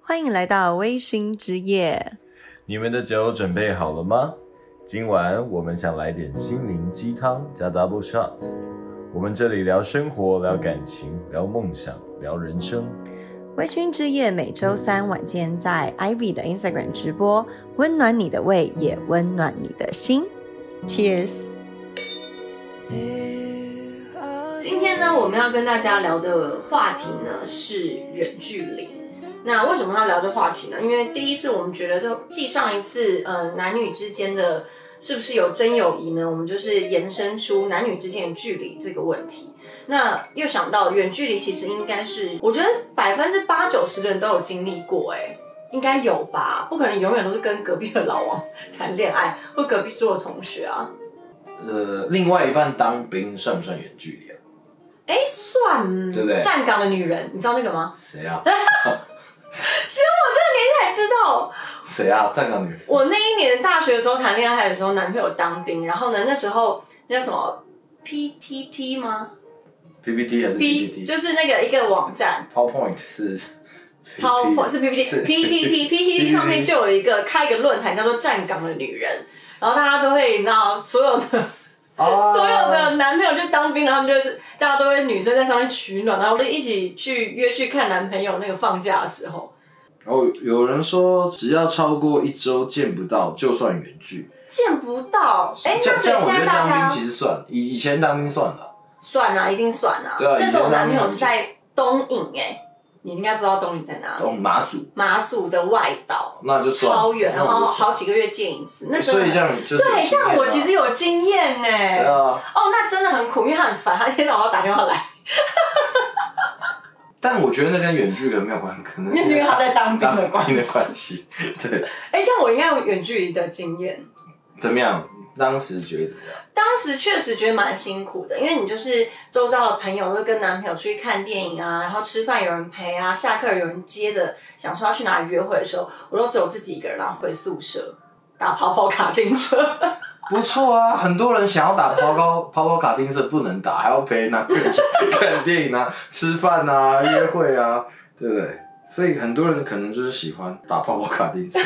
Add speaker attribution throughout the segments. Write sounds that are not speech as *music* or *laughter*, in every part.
Speaker 1: 欢迎来到微醺之夜。
Speaker 2: 你们的酒准备好了吗？今晚我们想来点心灵鸡汤加 double shot。我们这里聊生活，聊感情，聊梦想，聊人生。
Speaker 1: 微醺之夜每周三晚间在 Ivy 的 Instagram 直播，温暖你的胃，也温暖你的心。Cheers！今天呢，我们要跟大家聊的话题呢是远距离。那为什么要聊这话题呢？因为第一是我们觉得这继上一次呃男女之间的是不是有真友谊呢，我们就是延伸出男女之间的距离这个问题。那又想到远距离其实应该是，我觉得百分之八九十的人都有经历过、哎，应该有吧？不可能永远都是跟隔壁的老王谈恋爱，或隔壁桌的同学啊。
Speaker 2: 呃，另外一半当兵算不算远距离啊？
Speaker 1: 哎、算，
Speaker 2: 对不对
Speaker 1: 站岗的女人，你知道那个吗？
Speaker 2: 谁啊？
Speaker 1: 你才知道，
Speaker 2: 谁啊？站岗女人。
Speaker 1: 我那一年大学的时候谈恋爱的时候，男朋友当兵，然后呢，那时候那叫什么 PTT 吗
Speaker 2: PPT 还是
Speaker 1: ？B 就是那个一个网站
Speaker 2: PPT？PowerPoint 是
Speaker 1: PowerPoint 是
Speaker 2: 是
Speaker 1: PPT，PTT PTT 上面就有一个开一个论坛叫做“站岗的女人”，然后大家都会，你知道所有的。
Speaker 3: 啊
Speaker 2: 哦
Speaker 1: 所有的男朋友去当兵，然后他们就大家都会女生在上面取暖，然后就一起去约去看男朋友那个放假的时候，
Speaker 3: 然后哦有人说，只要超过一周见不到，就算远距。
Speaker 1: 见不到。哎、
Speaker 3: 像
Speaker 1: 那所
Speaker 3: 像
Speaker 1: 以
Speaker 3: 我
Speaker 1: 现
Speaker 3: 觉
Speaker 1: 在
Speaker 3: 得
Speaker 1: 大
Speaker 3: 当
Speaker 1: 家
Speaker 3: 兵其实算，以以前当兵算了，
Speaker 1: 算啊，一定算啊。
Speaker 3: 对啊
Speaker 1: 那时候我
Speaker 3: 以前
Speaker 1: 男
Speaker 3: 当
Speaker 1: 朋
Speaker 3: 兵
Speaker 1: 友是在东引哎、你应该不知道东引在哪里，
Speaker 3: 哦，马祖
Speaker 1: 马祖的外岛，
Speaker 3: 那就算
Speaker 1: 超远，然
Speaker 3: 那我
Speaker 1: 后
Speaker 3: 就算欸
Speaker 1: 好几个月见一次，那真
Speaker 3: 所
Speaker 1: 的
Speaker 3: 以这
Speaker 1: 很。
Speaker 3: 样就是
Speaker 1: 对，这样我其实
Speaker 3: 有
Speaker 1: 有经验呢、
Speaker 3: 经啊验啊对啊，
Speaker 1: 哦，那真的很苦，因为他很烦，他一天到晚要打电话
Speaker 3: *laughs*
Speaker 1: 来，
Speaker 3: 但我觉得那跟远距可能没有关系，可能
Speaker 1: *laughs* 那是因为他在当兵
Speaker 3: 当
Speaker 1: 的关
Speaker 3: 兵的
Speaker 1: 系。
Speaker 3: 关系。 *laughs* 对，
Speaker 1: 哎、这样我应该有远距离的经验。
Speaker 3: 怎么样？当时觉得怎么样？
Speaker 1: 当时确实觉得蛮辛苦的，因为你就是周遭的朋友都跟男朋友出去看电影啊，然后吃饭有人陪啊，下课有人接着，想说要去哪里约会的时候，我都只有自己一个人，然后回宿舍打跑跑卡丁车。
Speaker 3: 不错啊，很多人想要打抛高抛抛卡丁车不能打，还要陪男朋友去 *laughs* 看电影啊、吃饭啊、约会啊，对不对？所以很多人可能就是喜欢打泡泡卡丁车。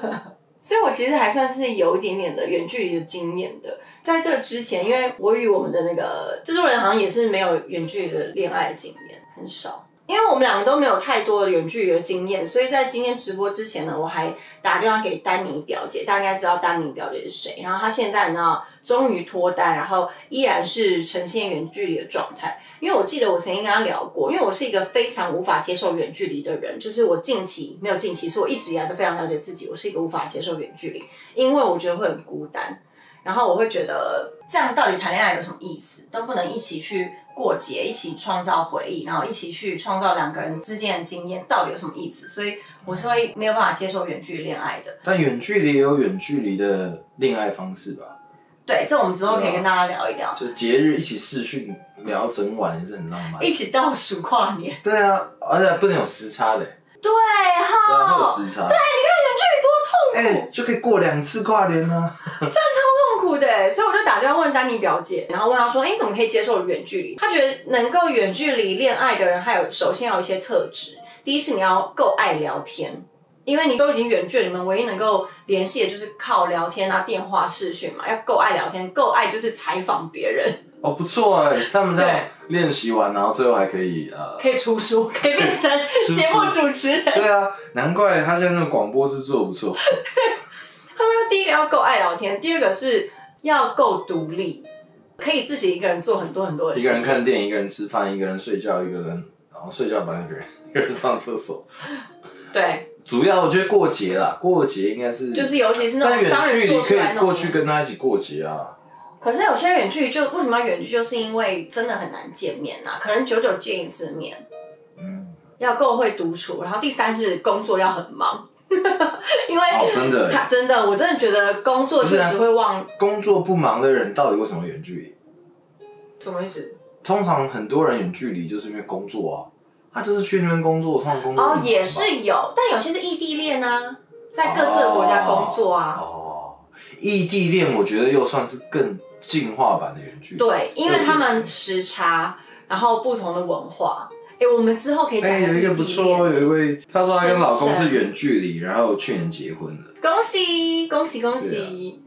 Speaker 3: *laughs*
Speaker 1: 所以我其实还算是有一点点的远距离的经验的。在这之前，因为我与我们的那个制作人好像也是没有远距离的恋爱经验，很少。因为我们两个都没有太多的远距离的经验，所以在今天直播之前呢，我还打电话给丹尼表姐，大家应该知道丹尼表姐是谁。然后她现在呢，终于脱单，然后依然是呈现远距离的状态。因为我记得我曾经跟她聊过，因为我是一个非常无法接受远距离的人，就是我近期没有近期，所以我一直以来都非常了解自己，我是一个无法接受远距离，因为我觉得会很孤单，然后我会觉得这样到底谈恋爱有什么意思？都不能一起去过节，一起创造回忆，然后一起去创造两个人之间的经验，到底有什么意思？所以我是会没有办法接受远距离恋爱的。
Speaker 3: 但远距离也有远距离的恋爱方式吧，
Speaker 1: 对，这我们之后可
Speaker 3: 对
Speaker 1: 以
Speaker 3: 啊
Speaker 1: 跟大家聊一聊，
Speaker 3: 就节日一起视讯聊整晚也是很浪漫
Speaker 1: 一。起倒数跨年。
Speaker 3: 对啊，而且不能有时差的、
Speaker 1: 对
Speaker 3: 对啊，会有
Speaker 1: 哈，
Speaker 3: 时差。对，你看远距离多痛苦。哎、就可以过两次跨年啊。
Speaker 1: 痛苦的，所以我就打电话问丹尼表姐，然后问她说：“哎、你怎么可以接受远距离？”她觉得能够远距离恋爱的人，还有首先要有一些特质，第一是你要够爱聊天。因为你都已经远距离，你们唯一能够联系的就是靠聊天啊、电话、视讯嘛，要够爱聊天，够爱就是采访别人，
Speaker 3: 哦，不错哎、他们这样
Speaker 1: 对
Speaker 3: 练习完，然后最后还可以
Speaker 1: *laughs*
Speaker 3: 呃。
Speaker 1: 可以出书，可以变成
Speaker 3: 书
Speaker 1: 节目主持人。
Speaker 3: 对啊，难怪他现在那个广播是不是做的不
Speaker 1: *laughs*
Speaker 3: 错。
Speaker 1: 第一个要够爱聊天，第二个是要够独立，可以自己一个人做很多很多的
Speaker 3: 一
Speaker 1: 事
Speaker 3: 个人
Speaker 1: 情。
Speaker 3: 看电影，一个人吃饭，一个人睡觉，一个人然后睡觉吧，一个人 *laughs* 一个人上厕所。
Speaker 1: 对，
Speaker 3: 主要我觉得过节啦，过节应该是
Speaker 1: 就是尤其是那
Speaker 3: 但
Speaker 1: 种商
Speaker 3: 远距
Speaker 1: 人做
Speaker 3: 离
Speaker 1: 出
Speaker 3: 可
Speaker 1: 来
Speaker 3: 以
Speaker 1: 那
Speaker 3: 过
Speaker 1: 种。
Speaker 3: 去跟他一起过节啊。
Speaker 1: 可是有些远距离就为什么要远距，就是因为真的很难见面呐、可能久久见一次面，
Speaker 3: 嗯，
Speaker 1: 要够会独处。然后第三是工作要很忙， *laughs* 因为
Speaker 3: 哦，真的耶，
Speaker 1: *laughs* 他真的，我真的觉得工作确
Speaker 3: 不
Speaker 1: 实
Speaker 3: 是啊
Speaker 1: 会忘，
Speaker 3: 工作不忙的人到底为什么远距离？
Speaker 1: 什么意思？
Speaker 3: 通常很多人远距离就是因为工作啊，他就是去那边工作，通常工作
Speaker 1: 哦
Speaker 3: 很，忙
Speaker 1: 也
Speaker 3: 吧
Speaker 1: 是有，但有些是异地恋啊，在各自的国家工作啊。
Speaker 3: 哦，异地恋我觉得又算是更进化版的远距离。
Speaker 1: 对，因为他们时差，然后不同的文化。哎，我们之后可以讲
Speaker 3: 哎、
Speaker 1: 讲
Speaker 3: 有一个不
Speaker 1: 异地
Speaker 3: 错，有
Speaker 1: 恋
Speaker 3: 一位，她说她跟老公
Speaker 1: 深
Speaker 3: 是
Speaker 1: 圳
Speaker 3: 远距离，然后去年结婚的。
Speaker 1: 恭喜恭喜恭喜！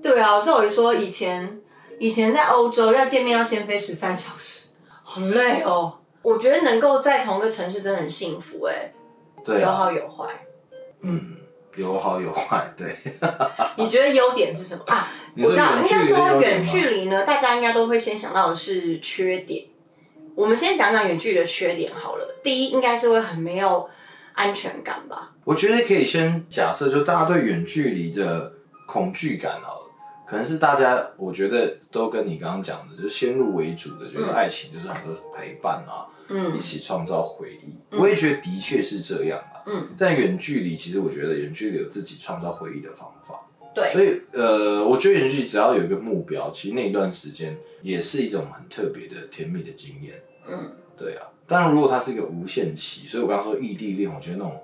Speaker 1: 对啊，所以我说以前以前在欧洲要见面要先飞十三小时，好累哦。我觉得能够在同一个城市真的很幸福哎、
Speaker 3: 对
Speaker 1: 有
Speaker 3: 啊，
Speaker 1: 好有坏。
Speaker 3: 嗯，有好有坏，对。
Speaker 1: 你觉得优点是什么啊？
Speaker 3: 你
Speaker 1: 我
Speaker 3: 说
Speaker 1: 知道，
Speaker 3: 远
Speaker 1: 应
Speaker 3: 距
Speaker 1: 该
Speaker 3: 离
Speaker 1: 说
Speaker 3: 有点
Speaker 1: 远
Speaker 3: 吗
Speaker 1: 距离呢，大家应该都会先想到的是缺点。我们先讲讲远距离的缺点好了。第一，应该是会很没有安全感吧？
Speaker 3: 我觉得可以先假设，就大家对远距离的恐惧感好了，可能是大家我觉得都跟你刚刚讲的，就先入为主的，觉得
Speaker 1: 嗯
Speaker 3: 爱情就是很多陪伴啊，
Speaker 1: 嗯
Speaker 3: 一起创造回忆。我也觉得的确是这样啊。
Speaker 1: 嗯，
Speaker 3: 但远距离，其实我觉得远距离有自己创造回忆的方法。
Speaker 1: 对，
Speaker 3: 所以呃，我觉得远距离只要有一个目标，其实那一段时间也是一种很特别的甜蜜的经验。
Speaker 1: 嗯，
Speaker 3: 对啊。当然，如果它是一个无限期，所以我刚刚说异地恋，我觉得那种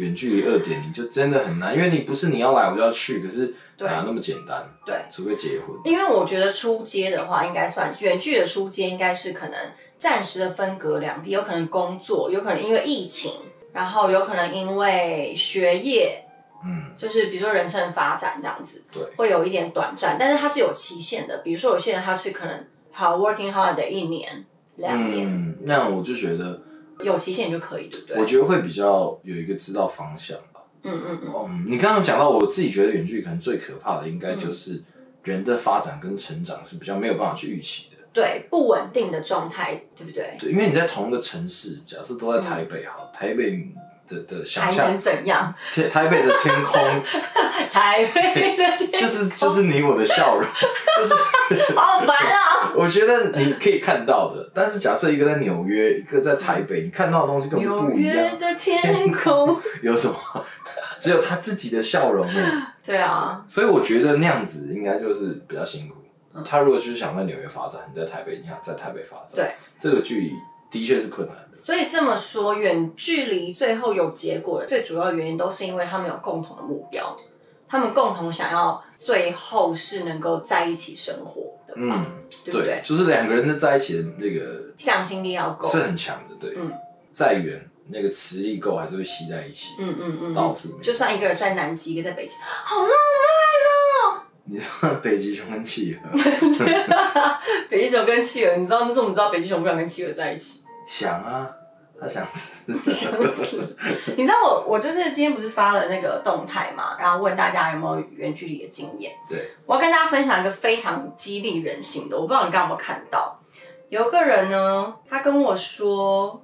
Speaker 3: 远距离二点零就真的很难，因为你不是你要来我就要去，可是
Speaker 1: 对啊
Speaker 3: 哪那么简单？
Speaker 1: 对，
Speaker 3: 除非结婚。
Speaker 1: 因为我觉得出街的话，应该算远距的出街，应该是可能暂时的分隔两地，有可能工作，有可能因为疫情，然后有可能因为学业，
Speaker 3: 嗯，
Speaker 1: 就是比如说人生的发展这样子，
Speaker 3: 对
Speaker 1: 会有一点短暂，但是它是有期限的。比如说有些人他是可能好 working holiday 一年、两年，
Speaker 3: 嗯，那我就觉得，
Speaker 1: 有期限就可以，对不对？
Speaker 3: 我觉得会比较有一个知道方向吧。
Speaker 1: 嗯嗯嗯，
Speaker 3: 嗯，你刚刚讲到，我自己觉得远距离可能最可怕的，应该就是人的发展跟成长是比较没有办法去预期的。
Speaker 1: 对，不稳定的状态，对不对？
Speaker 3: 对，因为你在同一个城市，假设都在台北
Speaker 1: 嗯
Speaker 3: 好，台北的的想
Speaker 1: 还
Speaker 3: 象
Speaker 1: 能，怎样？
Speaker 3: 天台北的天
Speaker 1: *laughs*
Speaker 3: 空
Speaker 1: 台北的天，
Speaker 3: 就是就是你我的笑容，就是
Speaker 1: 好烦啊！
Speaker 3: 我觉得你可以看到的。但是假设一个在纽约，一个在台北，你看到的东西根本就
Speaker 1: 纽
Speaker 3: 不一
Speaker 1: 约
Speaker 3: 样，
Speaker 1: 的天空，
Speaker 3: 有什么？ *laughs* 只有他自己的笑容而
Speaker 1: 对啊。
Speaker 3: 已。所以我觉得那样子应该就是比较辛苦。
Speaker 1: 嗯
Speaker 3: 他如果就是想在纽约发展，你在台北，你想在台北发展，
Speaker 1: 对，
Speaker 3: 这个距离的确是困难的。
Speaker 1: 所以这么说，远距离最后有结果的最主要原因，都是因为他们有共同的目标，他们共同想要最后是能够在一起生活的吧，
Speaker 3: 嗯，
Speaker 1: 哦对不对？
Speaker 3: 就是两个人的在一起的那个
Speaker 1: 向心力要够，
Speaker 3: 是很强的，对。
Speaker 1: 嗯
Speaker 3: 再远，那个磁力够还是会吸在一起。
Speaker 1: 嗯嗯嗯
Speaker 3: 倒
Speaker 1: 嗯，
Speaker 3: 是没有
Speaker 1: 就算一个人在南极，一个在北极，好浪漫哦。
Speaker 3: 你说北极熊跟企鹅，
Speaker 1: *laughs* 北极熊跟企鹅，你知道你怎么知道北极熊不想跟企鹅在一起？
Speaker 3: 想啊，他想死。
Speaker 1: *laughs* 想死！你知道我我就是今天不是发了那个动态嘛，然后问大家有没有远距离的经验。
Speaker 3: 对，
Speaker 1: 我要跟大家分享一个非常激励人心的，我不知道你刚刚有没有看到，有个人呢，他跟我说，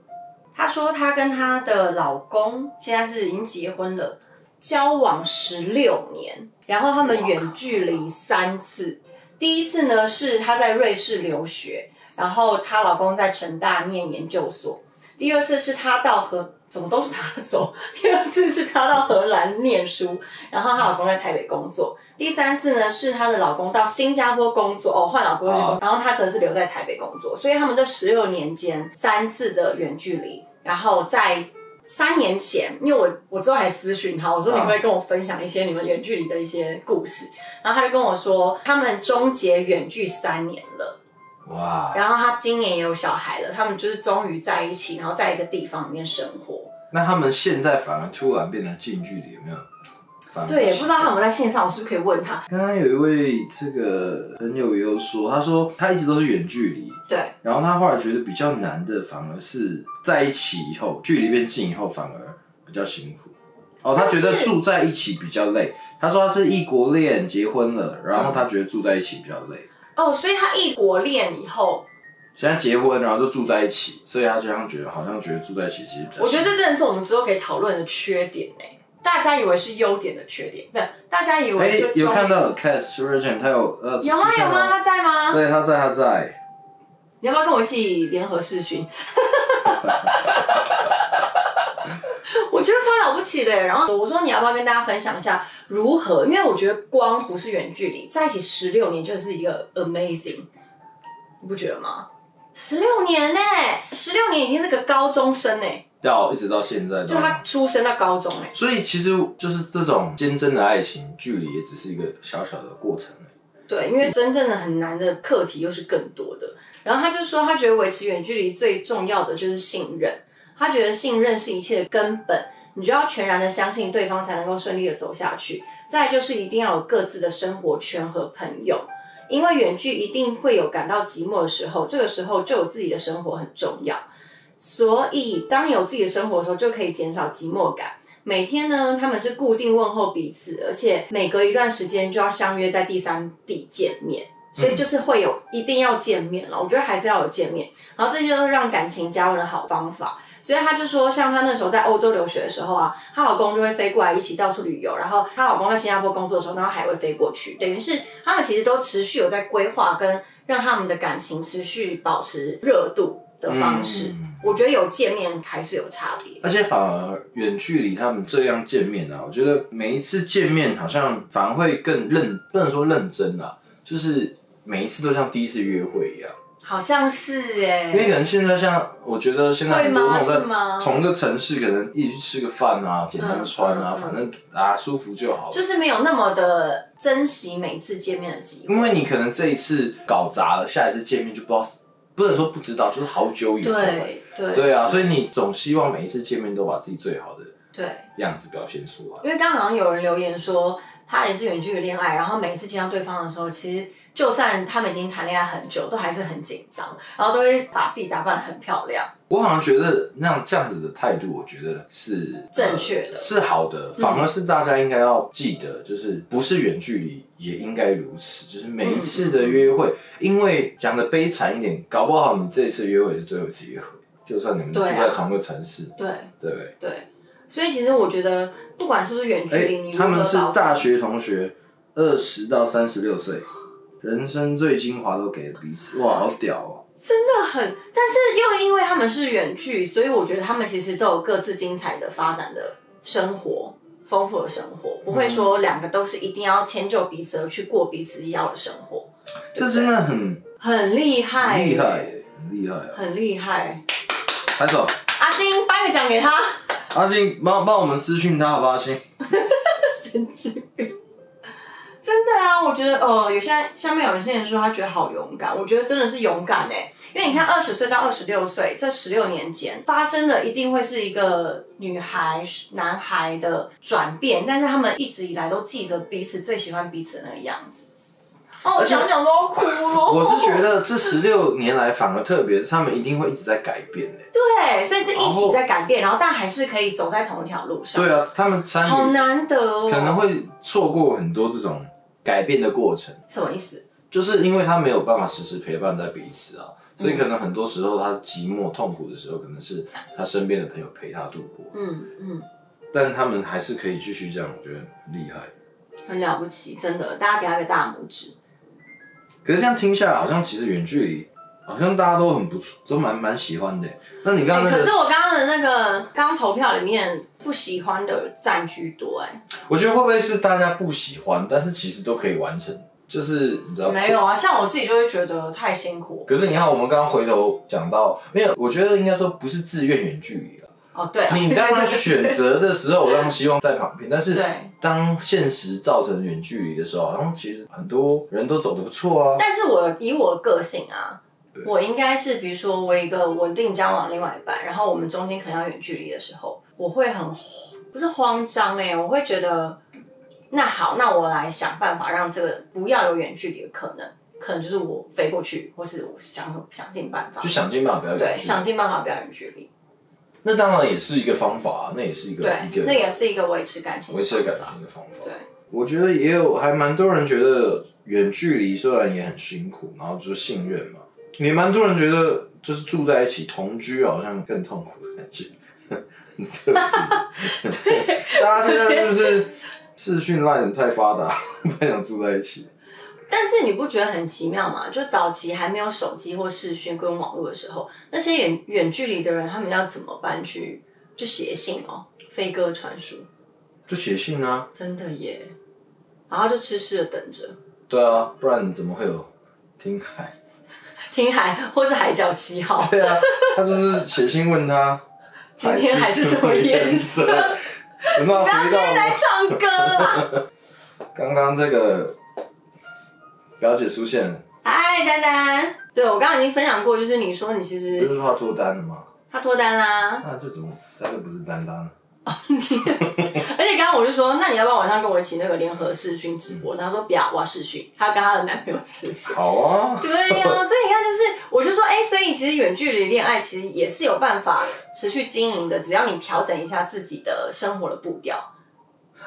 Speaker 1: 他说他跟他的老公现在是已经结婚了，交往十六年，然后他们远距离三次，第一次呢是她在瑞士留学，然后她老公在成大念研究所，第二次是她到荷，怎么都是她走， *laughs* 第二次是她到荷兰念书，然后她老公在台北工作，第三次呢是她的老公到新加坡工作，哦，换老公去工作，然后她则是留在台北工作，所以他们这十六年间三次的远距离，然后在。三年前，因为我我之后还私讯他，我
Speaker 3: 嗯
Speaker 1: 说你会跟我分享一些你们远距离的一些故事，然后他就跟我说，他们终结远距三年了，
Speaker 3: 哇，
Speaker 1: 然后他今年也有小孩了，他们就是终于在一起，然后在一个地方里面生活。
Speaker 3: 那他们现在反而突然变成近距离，有没有？反而
Speaker 1: 对，也不知道他们在线上，我是不是可以问他？
Speaker 3: 刚刚有一位这个朋友也有说，他说他一直都是远距离，
Speaker 1: 对，
Speaker 3: 然后他后来觉得比较难的，反而是在一起以后，距离变近以后，反而比较辛苦。哦，他觉
Speaker 1: 但
Speaker 3: 得
Speaker 1: 是
Speaker 3: 住在一起比较累。他说他是异国恋，结婚了，然后他觉得住在一起比较累。
Speaker 1: 哦，所以他异国恋以后，
Speaker 3: 现在结婚，然后就住在一起，所以他就像觉得好像觉得住在一起其实比较辛苦。
Speaker 1: 我觉得这真的是我们之后可以讨论的缺点呢、大家以为是优点的缺点，不是？大家以
Speaker 3: 哎、
Speaker 1: 为就终于
Speaker 3: 有看到 Cass Surgeon，他有呃
Speaker 1: 有啊吗？
Speaker 3: 出现
Speaker 1: 有
Speaker 3: 哦
Speaker 1: 吗？他在吗？
Speaker 3: 对，他在，他在。
Speaker 1: 你要不要跟我一起联合视讯？ *laughs* 我觉得超了不起的。然后我说你要不要跟大家分享一下如何？因为我觉得光不是远距离，在一起十六年就是一个 amazing，你不觉得吗？十六年呢、十六年已经是个高中生呢、
Speaker 3: 到一直到现在都
Speaker 1: 就他出生到高中哎、
Speaker 3: 所以其实就是这种坚贞的爱情，距离也只是一个小小的过程而已。
Speaker 1: 对，因为真正的很难的课题又是更多的。然后他就说，他觉得维持远距离最重要的就是信任，他觉得信任是一切的根本，你就要全然的相信对方，才能够顺利的走下去。再来就是一定要有各自的生活圈和朋友，因为远距一定会有感到寂寞的时候，这个时候就有自己的生活很重要。所以，当有自己的生活的时候，就可以减少寂寞感。每天呢，他们是固定问候彼此，而且每隔一段时间就要相约在第三地见面，所以就是会有一定要见面了。我觉得还是要有见面，然后这些都是让感情加温的好方法。所以她就说，像她那时候在欧洲留学的时候啊，她老公就会飞过来一起到处旅游，然后她老公在新加坡工作的时候，然后还会飞过去，等于是他们其实都持续有在规划跟让他们的感情持续保持热度的方式。
Speaker 3: 嗯
Speaker 1: 我觉得有见面还是有差别。
Speaker 3: 而且反而远距离他们这样见面啊，我觉得每一次见面好像反而会更认，不能说认真啦，就是每一次都像第一次约会一样。
Speaker 1: 好像是哎、
Speaker 3: 因为可能现在像我觉得现在很多那
Speaker 1: 会吗
Speaker 3: 种在
Speaker 1: 是吗
Speaker 3: 同一个城市，可能一起去吃个饭啊，简单穿啊，
Speaker 1: 嗯嗯嗯
Speaker 3: 反正啊舒服就好。
Speaker 1: 就是没有那么的珍惜每次见面的机会。
Speaker 3: 因为你可能这一次搞砸了，下一次见面就不知道，不能说不知道，就是好久以后。
Speaker 1: 对对
Speaker 3: 对啊，所以你总希望每一次见面都把自己最好的
Speaker 1: 对，
Speaker 3: 样子表现出来。
Speaker 1: 因为刚刚好像有人留言说，他也是远距离恋爱，然后每一次见到对方的时候，其实就算他们已经谈恋爱很久，都还是很紧张，然后都会把自己打扮得很漂亮。
Speaker 3: 我好像觉得那样这样子的态度，我觉得是
Speaker 1: 正确的嗯
Speaker 3: 呃是好的，反而是大家应该要记得，就是不是远距离也应该如此，就是每一次的约
Speaker 1: 嗯
Speaker 3: 会，因为讲的悲惨一点，搞不好你这一次约会是最后一次约会，就算你们住
Speaker 1: 对
Speaker 3: 在
Speaker 1: 啊
Speaker 3: 同一个城市，
Speaker 1: 对
Speaker 3: 对不对？
Speaker 1: 对，所以其实我觉得，不管是不是远距啊离，你如
Speaker 3: 他
Speaker 1: 何
Speaker 3: 们是
Speaker 1: 保持
Speaker 3: 大学同学，二十到三十六岁，人生最精华都给了彼此，哇，好屌哦！
Speaker 1: 很，但是又因为他们是远距，所以我觉得他们其实都有各自精彩的发展的生活，丰富的生活，
Speaker 3: 嗯
Speaker 1: 不会说两个都是一定要迁就彼此而去过彼此要的生活，
Speaker 3: 这真的很
Speaker 1: 很厉害，
Speaker 3: 厉害，，很厉害啊！
Speaker 1: 很厉害。
Speaker 3: 拍手。
Speaker 1: 阿星颁个奖给他，
Speaker 3: 阿信，帮帮我们私讯他好不好？阿信，
Speaker 1: 神经病。 *laughs* 真的啊，我觉得哦，有些下面有人之前说他觉得好勇敢，我觉得真的是勇敢哎、因为你看，二十岁到二十六岁这十六年间发生的，一定会是一个女孩、男孩的转变，但是他们一直以来都记着彼此最喜欢彼此的那个样子。哦，我
Speaker 3: 而且
Speaker 1: 想想都要哦哭了。
Speaker 3: 我是觉得这十六年来反而特别，是他们一定会一直在改变的、
Speaker 1: 对，所以是一
Speaker 3: 然
Speaker 1: 起
Speaker 3: 后
Speaker 1: 在改变，然后但还是可以走在同一条路上，
Speaker 3: 对啊，他们参
Speaker 1: 好
Speaker 3: 与
Speaker 1: 难得哦。
Speaker 3: 可能会错过很多这种改变的过程，
Speaker 1: 什么意思？
Speaker 3: 就是因为他没有办法时时陪伴在彼此啊，所以可能很多时候他寂寞痛苦的时候，可能是他身边的朋友陪他度过，
Speaker 1: 嗯嗯。
Speaker 3: 但他们还是可以继续这样，我觉得很厉害。
Speaker 1: 很了不起，真的，大家给他个大拇指。
Speaker 3: 可是这样听下来，好像其实远距离好像大家都很不错，都蛮蛮喜欢的、那你刚刚
Speaker 1: 欸
Speaker 3: 那
Speaker 1: 可
Speaker 3: 个
Speaker 1: 是我刚刚的那个刚刚投票里面不喜欢的占居多哎、
Speaker 3: 我觉得会不会是大家不喜欢，但是其实都可以完成，就是你知道
Speaker 1: 没有啊，像我自己就会觉得太辛苦。
Speaker 3: 可是你看，我们刚刚回头讲到，没有，我觉得应该说不是自愿远距离了。啊
Speaker 1: 哦，对了，
Speaker 3: 你当然选择的时候，我当然希望在旁边，但
Speaker 1: *laughs*
Speaker 3: 是
Speaker 1: 对
Speaker 3: 当现实造成远距离的时候，好像其实很多人都走得不错啊。
Speaker 1: 但是我以我的个性啊，我应该是比如说我一个稳定交往另外一半，然后我们中间可能要远距离的时候，我会很慌不是慌张哎、我会觉得那好，那我来想办法让这个不要有远距离的可能，可能就是我飞过去，或是我想想尽办法
Speaker 3: 就，想尽办法不要远
Speaker 1: 对，
Speaker 3: 距
Speaker 1: 想
Speaker 3: 离，
Speaker 1: 尽办法不要远距离。
Speaker 3: 那当然也是一个方法、啊，那也是一个一
Speaker 1: 对，
Speaker 3: 个
Speaker 1: 那也是一个维持感情的
Speaker 3: 维持感
Speaker 1: 方法
Speaker 3: 情的方法。
Speaker 1: 对，
Speaker 3: 我觉得也有还蛮多人觉得远距离虽然也很辛苦，然后就是信任嘛，也蛮多人觉得就是住在一起同居好像更痛苦的感觉。对， *laughs* 大家现在就是视讯赖的太发达， *laughs* 不想住在一起。
Speaker 1: 但是你不觉得很奇妙吗？就早期还没有手机或视讯跟网络的时候，那些远远距离的人，他们要怎么办去就写信哦，飞鸽传书，
Speaker 3: 就写信啊，
Speaker 1: 真的耶。然后就痴痴的等着
Speaker 3: 对啊，不然怎么会有听海？
Speaker 1: 听海或是海角七号，
Speaker 3: 对啊，他就是写信问他
Speaker 1: 今天还是什么颜色？
Speaker 3: 色。那
Speaker 1: 不要
Speaker 3: 回
Speaker 1: 今
Speaker 3: 到
Speaker 1: 天来唱歌啦！
Speaker 3: 刚刚这个表姐出现了，
Speaker 1: *laughs* 嗨，丹丹，对我刚刚已经分享过，就是你说你其
Speaker 3: 不
Speaker 1: 实
Speaker 3: 是说他脱单了吗？
Speaker 1: 他脱单啦、
Speaker 3: 那这怎么？他这不是单单？
Speaker 1: 而且刚刚我就说，那你要不要晚上跟我一起那个联合视讯直播？他说不要，我要视讯，他要跟他的男朋友视讯。
Speaker 3: 好啊，
Speaker 1: 对 *laughs* 呀、所以你看，就是我就说，哎、所以其实远距离恋爱其实也是有办法持续经营的，只要你调整一下自己的生活的步调。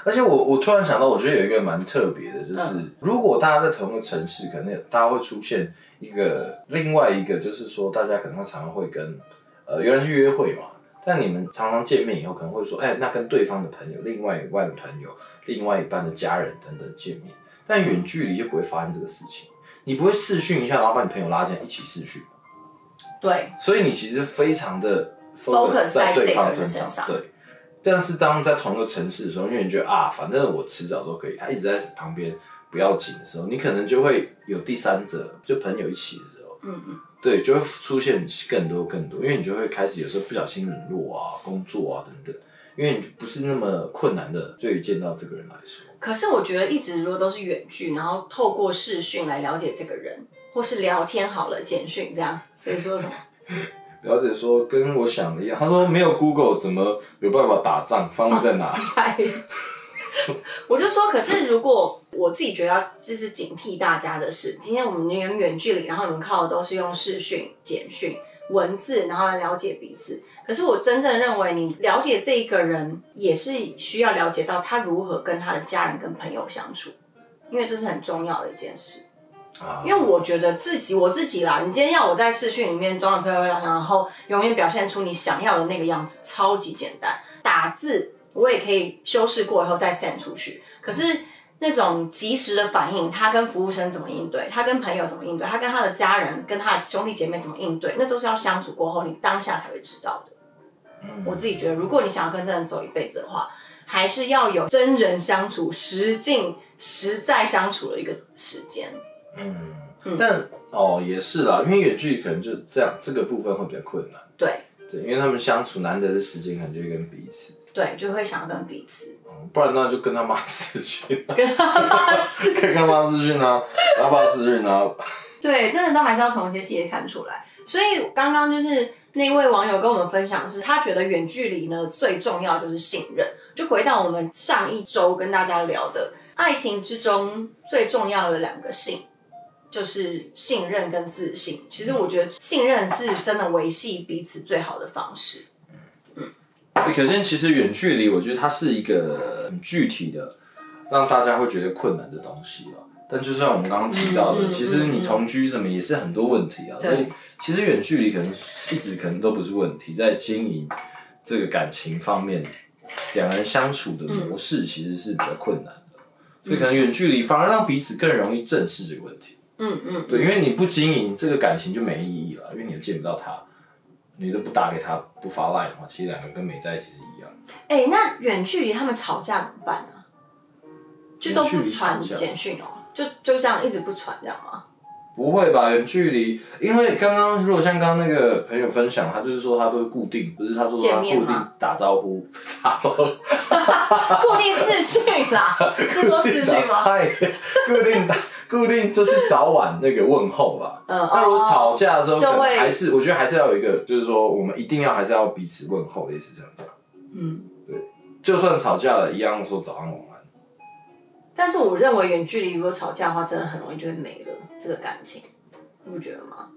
Speaker 3: 而且我我突然想到，我觉得有一个蛮特别的，就是、如果大家在同一个城市，可能大家会出现一个另外一个，就是说大家可能会常常会跟呃原来是约会嘛，但你们常常见面以后，可能会说，哎、那跟对方的朋友、另外一半的朋友、另外一半的家人等等见面，但远距离就不会发生这个事情，你不会视讯一下，然后把你朋友拉进来一起视讯，
Speaker 1: 对，
Speaker 3: 所以你其实非常的
Speaker 1: Focus
Speaker 3: 在
Speaker 1: 在
Speaker 3: 对方
Speaker 1: 这个人身
Speaker 3: 身
Speaker 1: 上
Speaker 3: 对。但是当在同一个城市的时候，因为你觉得啊，反正我迟早都可以，他一直在旁边不要紧的时候，你可能就会有第三者，就朋友一起的时候，
Speaker 1: 嗯嗯，
Speaker 3: 对，就会出现更多更多，因为你就会开始有时候不小心冷落啊、工作啊等等，因为你不是那么困难的，对于见到这个人来说，
Speaker 1: 可是我觉得一直如果都是远距，然后透过视讯来了解这个人，或是聊天好了，简讯这样，谁说什么？
Speaker 3: 了解说跟我想的一样，他说没有 Google 怎么有办法打仗，方位在哪？
Speaker 1: 太扯 *laughs* 我就说，可是如果我自己觉得要就是警惕大家的是，今天我们远远距离，然后你们靠的都是用视讯、简讯、文字，然后来了解彼此。可是我真正认为，你了解这一个人，也是需要了解到他如何跟他的家人、跟朋友相处，因为这是很重要的一件事。
Speaker 3: 啊
Speaker 1: 因为我觉得自己我自己啦，你今天要我在视讯里面装的漂漂亮亮，然后永远表现出你想要的那个样子，超级简单。打字我也可以修饰过以后再 send 出去，可是那种及时的反应，他跟服务生怎么应对，他跟朋友怎么应对，他跟他的家人、跟他的兄弟姐妹怎么应对，那都是要相处过后你当下才会知道的。我自己觉得，如果你想要跟这个人走一辈子的话，还是要有真人相处、实境实在相处的一个时间。
Speaker 3: 但哦也是啦，因为远距离可能就这样，这个部分会比较困难。
Speaker 1: 对，
Speaker 3: 对，因为他们相处难得的时间，可能就会跟彼此，
Speaker 1: 对，就会想要跟彼此。
Speaker 3: 嗯不然那就跟他妈私讯、啊，
Speaker 1: 跟他妈是，
Speaker 3: 跟他妈私讯啊，他爸私讯啊，
Speaker 1: *laughs* 对，真的都还是要从一些细节看出来。所以刚刚就是那位网友跟我们分享的是，他觉得远距离呢最重要就是信任。就回到我们上一周跟大家聊的，爱情之中最重要的两个信。就是信任跟自信，其实我觉得信任是真的维系彼此最好的方式。
Speaker 3: 哎可是其实远距离，我觉得它是一个很具体的，让大家会觉得困难的东西了。但就像我们刚刚提到的，
Speaker 1: 嗯嗯
Speaker 3: 其实你同居什么也是很多问题啊。
Speaker 1: 对
Speaker 3: 所以其实远距离可能一直可能都不是问题，在经营这个感情方面，两人相处的
Speaker 1: 嗯
Speaker 3: 模式其实是比较困难的。所以可能远距离反而让彼此更容易正视这个问题。
Speaker 1: 嗯嗯，
Speaker 3: 对，因为你不经营这个感情就没意义了，因为你又见不到他，你都不打给他，不发 line 的话，其实两个跟没在一起是一样的。
Speaker 1: 哎、那远距离他们吵架怎么办呢、就都
Speaker 3: 远距
Speaker 1: 不
Speaker 3: 离
Speaker 1: 传
Speaker 3: 吵架
Speaker 1: 简讯哦、就就这样一直不传这样吗？
Speaker 3: 不会吧？远距离，因为刚刚如果像刚刚那个朋友分享，他就是说他都是固定，不是他说他
Speaker 1: 见
Speaker 3: 固
Speaker 1: 面吗
Speaker 3: 定打招呼，打招呼，啊
Speaker 1: 固定视讯啦，是说视讯
Speaker 3: *laughs*
Speaker 1: 吗？
Speaker 3: 嗨，固定打，固定就是早晚那个问候吧。
Speaker 1: 嗯
Speaker 3: 那如果吵架的时候，
Speaker 1: 就
Speaker 3: 可能
Speaker 1: 会
Speaker 3: 还是我觉得还是要有一个，就是说我们一定要还是要彼此问候，类似这样子。
Speaker 1: 嗯，
Speaker 3: 就算吵架了，一样说早安晚安。
Speaker 1: 但是我认为远距离如果吵架的话，真的很容易就会没了这个感情，你不觉得吗？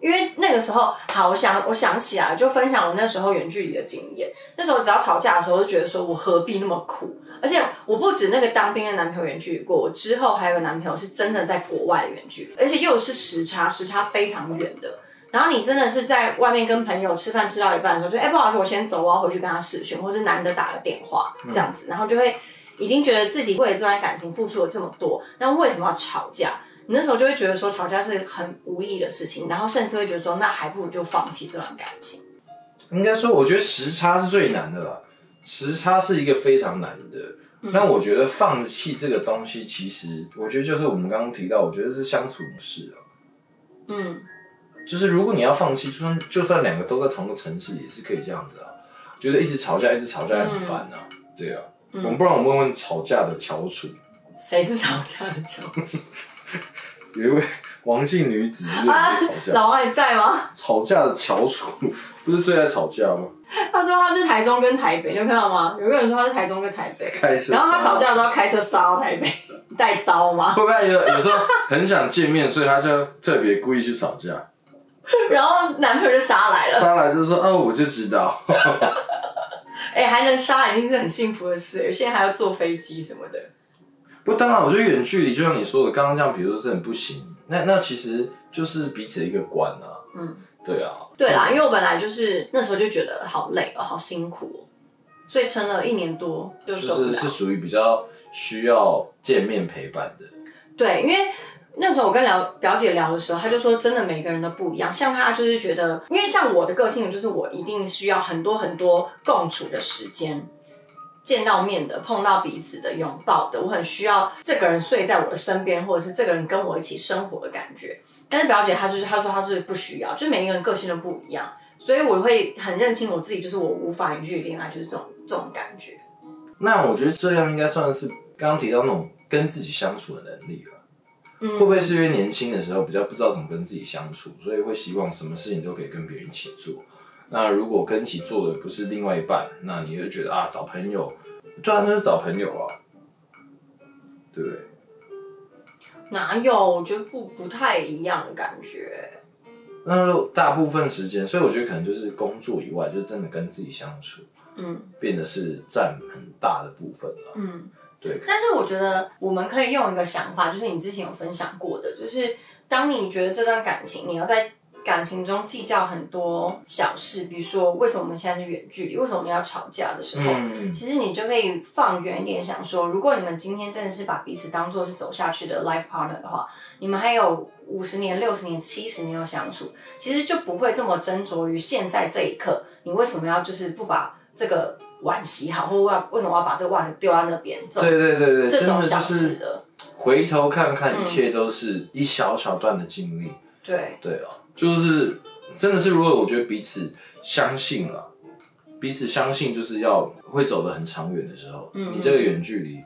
Speaker 1: 因为那个时候，好，我想我想起来，就分享我那时候远距离的经验。那时候只要吵架的时候，我就觉得说我何必那么苦？而且我不止那个当兵的男朋友远距离过，我之后还有个男朋友是真的在国外的远距，而且又是时差，时差非常远的。然后你真的是在外面跟朋友吃饭吃到一半的时候，就哎、不好意思，我先走，我要回去跟他视讯，或是难得打个电话这样子，然后就会已经觉得自己为了这段感情付出了这么多，那为什么要吵架？你那时候就会觉得说吵架是很无意义的事情，然后甚至会觉得说那还不如就放弃这段感情。
Speaker 3: 应该说，我觉得时差是最难的啦。时差是一个非常难的。
Speaker 1: 嗯
Speaker 3: 那我觉得放弃这个东西，其实我觉得就是我们刚刚提到，我觉得是相处模式啊。
Speaker 1: 嗯，
Speaker 3: 就是如果你要放弃，就算就算两个都在同个城市，也是可以这样子啊。觉得一直吵架，一直吵架
Speaker 1: 嗯
Speaker 3: 很烦啊。对啊，我们不然我们问问吵架的翘楚， *laughs*
Speaker 1: 谁是吵架的翘楚？
Speaker 3: 有一位 *laughs* 王姓女子就
Speaker 1: 啊
Speaker 3: 吵，架，
Speaker 1: 老王也在吗？
Speaker 3: 吵架的翘楚不是最爱吵架吗？
Speaker 1: 他说他是台中跟台北，你有看到吗？有个人说他是台中跟台北，
Speaker 3: 开车，
Speaker 1: 然后他吵架的时候开车杀到台北，带刀嘛，
Speaker 3: *laughs* 会不会有有时候很想见面，所以他就特别故意去吵架？
Speaker 1: *laughs* 然后男朋友就杀来了。
Speaker 3: 上来就说：“哦，我就知道。 *laughs*
Speaker 1: 哎、还能杀已经是很幸福的事了，现在还要坐飞机什么的。”
Speaker 3: 不过当然，我觉得远距离就像你说的，刚刚这样，比如说是很不行，那那其实就是彼此的一个关啊。
Speaker 1: 嗯，
Speaker 3: 对啊，
Speaker 1: 对啦，因为我本来就是那时候就觉得好累哦，好辛苦哦，所以撑了一年多就
Speaker 3: 就
Speaker 1: 受不
Speaker 3: 是
Speaker 1: 了。
Speaker 3: 是属于比较需要见面陪伴的。
Speaker 1: 对，因为那时候我跟聊表姐聊的时候，她就说，真的每个人都不一样。像她就是觉得，因为像我的个性，就是我一定需要很多很多共处的时间，见到面的、碰到彼此的、拥抱的，我很需要这个人睡在我的身边，或者是这个人跟我一起生活的感觉。但是表姐她就是她说她是不需要，就是每一个人个性都不一样，所以我会很认清我自己，就是我无法远距离恋爱，就是这种这种感觉。
Speaker 3: 那我觉得这样应该算是刚刚提到那种跟自己相处的能力了。
Speaker 1: 嗯
Speaker 3: 会不会是因为年轻的时候比较不知道怎么跟自己相处，所以会希望什么事情都可以跟别人一起做？那如果跟一起做的不是另外一半，那你就觉得啊，找朋友，对啊，那就是找朋友啊，对不对？
Speaker 1: 哪有？我觉得不不太一样的感觉。
Speaker 3: 那大部分时间，所以我觉得可能就是工作以外，就真的跟自己相处，
Speaker 1: 嗯，
Speaker 3: 变得是占很大的部分了。
Speaker 1: 嗯，
Speaker 3: 对。
Speaker 1: 但是我觉得我们可以用一个想法，就是你之前有分享过的，就是当你觉得这段感情，你要在感情中计较很多小事，比如说为什么我们现在是远距离，为什么我们要吵架的时候。
Speaker 3: 嗯，
Speaker 1: 其实你就可以放远一点想说，如果你们今天真的是把彼此当做是走下去的 life partner 的话，你们还有五十年、六十年、七十年要相处，其实就不会这么斟酌于现在这一刻，你为什么要就是不把这个碗洗好，或为为什么要把这个袜子丢在那边？这种
Speaker 3: 对对对对，
Speaker 1: 这
Speaker 3: 真
Speaker 1: 种
Speaker 3: 的就
Speaker 1: 小事嗯
Speaker 3: 是
Speaker 1: 了，
Speaker 3: 回头看看，一切都是一小小段的经历。
Speaker 1: 对，
Speaker 3: 对啊，就是真的是，如果我觉得彼此相信了，彼此相信就是要会走得很长远的时候，
Speaker 1: 嗯
Speaker 3: 你这个远距离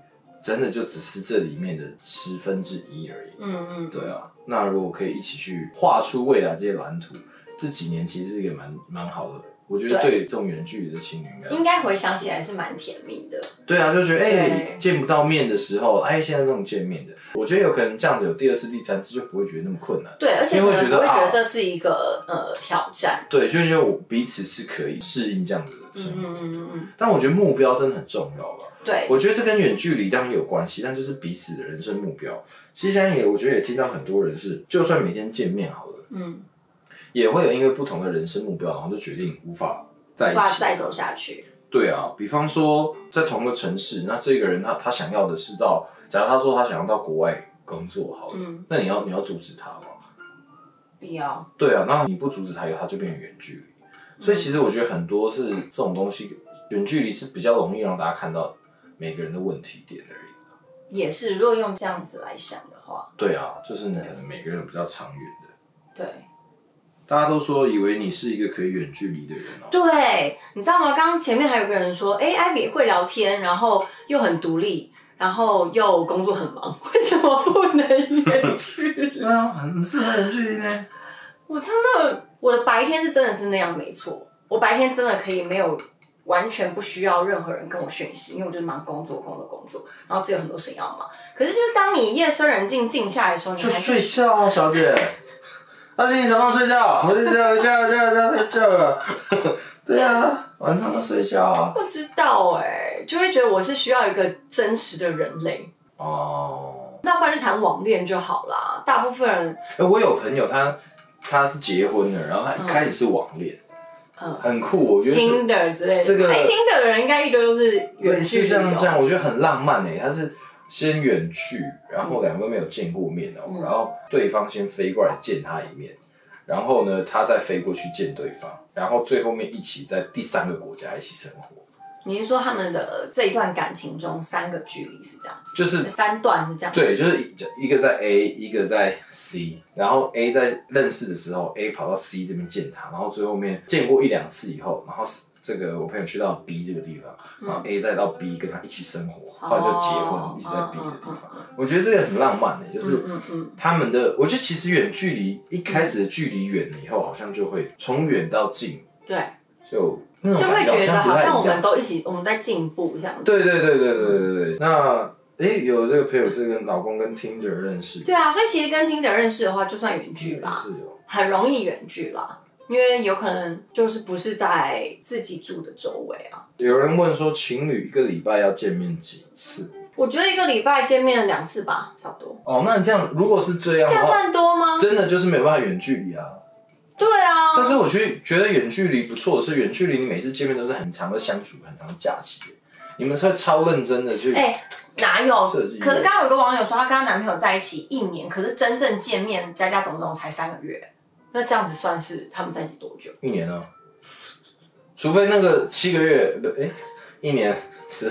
Speaker 3: 真的就只是这里面的十分之一而已。
Speaker 1: 嗯嗯，
Speaker 3: 对啊，那如果可以一起去画出未来这些蓝图，这几年其实是一个蛮蛮好的。我觉得
Speaker 1: 对
Speaker 3: 对这种远距离的情侣应该
Speaker 1: 应该回想起来是蛮甜蜜的，
Speaker 3: 对啊，就觉得哎、
Speaker 1: 对
Speaker 3: 见不到面的时候，哎，现在这种见面的，我觉得有可能这样子有第二次、第三次就不会觉得那么困难。
Speaker 1: 对，而且
Speaker 3: 因
Speaker 1: 可
Speaker 3: 为
Speaker 1: 能
Speaker 3: 会觉
Speaker 1: 不
Speaker 3: 得
Speaker 1: 会觉
Speaker 3: 啊
Speaker 1: 得这是一个呃挑战，
Speaker 3: 对，就是因为我彼此是可以适应这样子的生
Speaker 1: 嗯
Speaker 3: 活。
Speaker 1: 嗯嗯嗯，
Speaker 3: 但我觉得目标真的很重要吧。
Speaker 1: 对，
Speaker 3: 我觉得这跟远距离当然有关系，但就是彼此的人生目标。其实现在也，我觉得也听到很多人是，就算每天见面好了，
Speaker 1: 嗯，
Speaker 3: 也会有因为不同的人生目标，然后就决定无法在
Speaker 1: 无
Speaker 3: 一
Speaker 1: 法
Speaker 3: 起。
Speaker 1: 再走下去，
Speaker 3: 对啊，比方说在同个城市，那这个人他他想要的是到，假如他说他想要到国外工作好了，
Speaker 1: 嗯，
Speaker 3: 那你要你要阻止他吗？
Speaker 1: 必要。
Speaker 3: 对啊，那你不阻止他，他就变成远距离。所以其实我觉得很多是这种东西，远距离是比较容易让大家看到每个人的问题点而已。
Speaker 1: 也是，如果用这样子来想的话，
Speaker 3: 对啊，就是你可能每个人有比较长远的。
Speaker 1: 对
Speaker 3: 大家都说以为你是一个可以远距离的人哦、
Speaker 1: 对，你知道吗？刚刚前面还有个人说，哎、艾比会聊天，然后又很独立，然后又工作很忙， *laughs* 为什么不能远距离？
Speaker 3: 对啊，很适合远距离呢。
Speaker 1: 我真的，我的白天是真的是那样，没错，我白天真的可以没有。完全不需要任何人跟我讯息，因为我就是忙工作、工作、工作，然后自己有很多事情要忙。可是就是当你夜深人静静下来的时候，你
Speaker 3: 就
Speaker 1: 还
Speaker 3: 睡
Speaker 1: 是
Speaker 3: 觉啊，小姐。阿姐，你早上睡觉，我就这样、这样、这样、这样、这样 *laughs* 了。对啊，晚上都睡觉啊。
Speaker 1: 不知道哎、就会觉得我是需要一个真实的人类，
Speaker 3: 哦。
Speaker 1: 那不然就谈网恋就好啦。大部分人，
Speaker 3: 哎、我有朋友他他是结婚了，然后他一开始是网恋，
Speaker 1: 嗯
Speaker 3: 很酷，我觉得这
Speaker 1: Tinder 之类的，
Speaker 3: 这个
Speaker 1: 哎，Tinder 的人应该一堆都是
Speaker 3: 类
Speaker 1: 远
Speaker 3: 似
Speaker 1: 距离、
Speaker 3: 像这样，
Speaker 1: 哦。
Speaker 3: 我觉得很浪漫诶、他是先远去，然
Speaker 1: 嗯
Speaker 3: 后两个没有见过面哦、然后对方先飞过来见他一面，然后呢，他再飞过去见对方，然后最后面一起在第三个国家一起生活，
Speaker 1: 你是说他们的这一段感情中三个距离是这样子，
Speaker 3: 就是
Speaker 1: 三段是这样子？嗯
Speaker 3: 对，就是一个在 A，一个在 C，然后 A 在认识的时候，A 跑到 C 这边见他，然后最后面见过一两次以后，然后这个我朋友去到 B 这个地方，然后 A 再到 B 跟他一起生活，后来就结
Speaker 1: 嗯哦
Speaker 3: 婚，一直在 B 的地
Speaker 1: 嗯
Speaker 3: 方。我觉得这个很浪漫的、欸就是
Speaker 1: 嗯嗯
Speaker 3: 他们的，我觉得其实远距离一开始的距离远了以后，好像就会从远到近，
Speaker 1: 嗯，对，
Speaker 3: 就那种
Speaker 1: 就会
Speaker 3: 感
Speaker 1: 觉得
Speaker 3: 好
Speaker 1: 好
Speaker 3: 像
Speaker 1: 像
Speaker 3: 不太
Speaker 1: 我
Speaker 3: 一
Speaker 1: 们
Speaker 3: 样。
Speaker 1: 都一起，我们在进步这样子。
Speaker 3: 对对对对对对对对。那诶，有这个朋友是跟老公跟 Tinder 认识，
Speaker 1: 对啊，所以其实跟听者认识的话，就算远距吧，
Speaker 3: 是哦有。
Speaker 1: 很容易远距啦，因为有可能就是不是在自己住的周围啊。
Speaker 3: 有人问说，情侣一个礼拜要见面几次？
Speaker 1: 我觉得一个礼拜见面两次吧，差不多，
Speaker 3: 哦，那你这样如果是这样的
Speaker 1: 这样
Speaker 3: 话，
Speaker 1: 算多吗？
Speaker 3: 真的就是没有办法远距离啊。
Speaker 1: 对啊，
Speaker 3: 但是我去觉得远距离不错的是，远距离你每次见面都是很长的相处，很长的假期，你们是会超认真的去。
Speaker 1: 哎、哪有
Speaker 3: 设计？
Speaker 1: 可是刚刚有个网友说，她跟她男朋友在一起一年，可是真正见面加加总总才三个月，那这样子算是他们在一起多
Speaker 3: *laughs*
Speaker 1: 久？
Speaker 3: 一年哦，除非那个七个月，哎、一年是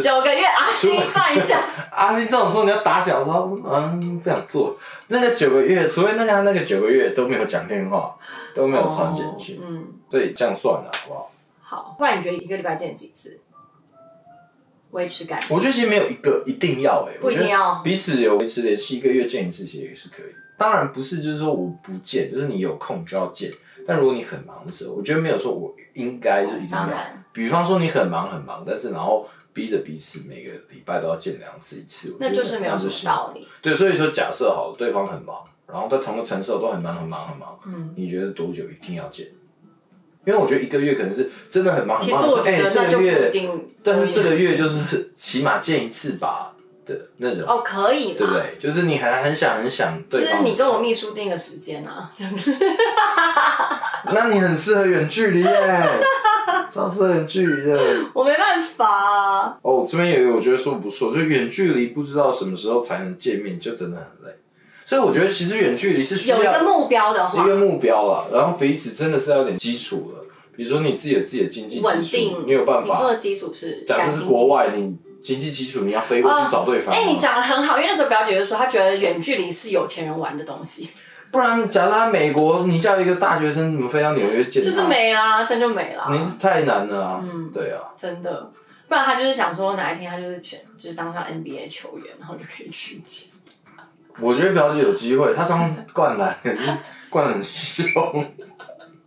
Speaker 1: 九个月啊，心算一下，
Speaker 3: *laughs* 阿信这种时候你要打小说，嗯，不想做。那个九个月，除非那个他那个九个月都没有讲电话，都 *laughs* 没有传简讯，
Speaker 1: 哦嗯，
Speaker 3: 所以这样算了，好不好？
Speaker 1: 好，不然你觉得一个礼拜见几次？维持感情
Speaker 3: 我觉得其实没有一个一定要哎、欸，
Speaker 1: 不一定要
Speaker 3: 我觉得彼此有维持联系，一个月见一次其实也是可以。当然不是就是说我不见，就是你有空就要见。但如果你很忙的时候，我觉得没有说我应该就一定要
Speaker 1: 当然。
Speaker 3: 比方说你很忙很忙，但是然后逼着彼此每个礼拜都要见两次一次，我觉
Speaker 1: 那
Speaker 3: 得
Speaker 1: 就是没有什么
Speaker 3: 幸福
Speaker 1: 道理。
Speaker 3: 对，所以说假设好了，对方很忙，然后在同个城市都很忙很忙很忙，
Speaker 1: 嗯，
Speaker 3: 你觉得多久一定要见？因为我觉得一个月可能是真的很忙很
Speaker 1: 其
Speaker 3: 忙，
Speaker 1: 实我
Speaker 3: 说
Speaker 1: 觉
Speaker 3: 哎
Speaker 1: 得
Speaker 3: 这
Speaker 1: 那就
Speaker 3: 个
Speaker 1: 不一
Speaker 3: 月
Speaker 1: 定。
Speaker 3: 但是这个月就是 *laughs* 起码见一次吧的那种，
Speaker 1: 哦，可以
Speaker 3: 对不
Speaker 1: 啦。
Speaker 3: 对？就是你还很想很想
Speaker 1: 就
Speaker 3: 对
Speaker 1: 是
Speaker 3: 方。
Speaker 1: 你跟我，秘书定个时间啊，
Speaker 3: 那你很适合远距离耶， *laughs* 超适合远距离的。
Speaker 1: 我没办法啊。
Speaker 3: 哦，这边有一个我觉得说不错，就远距离不知道什么时候才能见面，就真的很累。所以我觉得其实远距离是需要
Speaker 1: 有一个目标啊的话
Speaker 3: 一，个目标啦，然后彼此真的是要有点基础了。比如说你自己有自己的经济
Speaker 1: 稳
Speaker 3: 基础
Speaker 1: 定，，
Speaker 3: 你有办
Speaker 1: 你说
Speaker 3: 法。
Speaker 1: 的基础是
Speaker 3: 假
Speaker 1: 感
Speaker 3: 设是
Speaker 1: 情
Speaker 3: 国
Speaker 1: 基础
Speaker 3: 外，你经济基础你要飞过去找对方。啊
Speaker 1: 哎、你讲的很好，因为那时候表姐就说，她觉得远距离是有钱人玩的东西，
Speaker 3: 不然，假设他美国，你叫一个大学生怎么飞到纽约见他？
Speaker 1: 就是没啦，这样就没啦，
Speaker 3: 你太难了啊！
Speaker 1: 嗯
Speaker 3: 对啊，
Speaker 1: 真的。不然她就是想说，哪一天她就是选，就是当上 NBA 球员，然后就可以去见。
Speaker 3: 我觉得表姐有机会，她当灌篮灌很凶。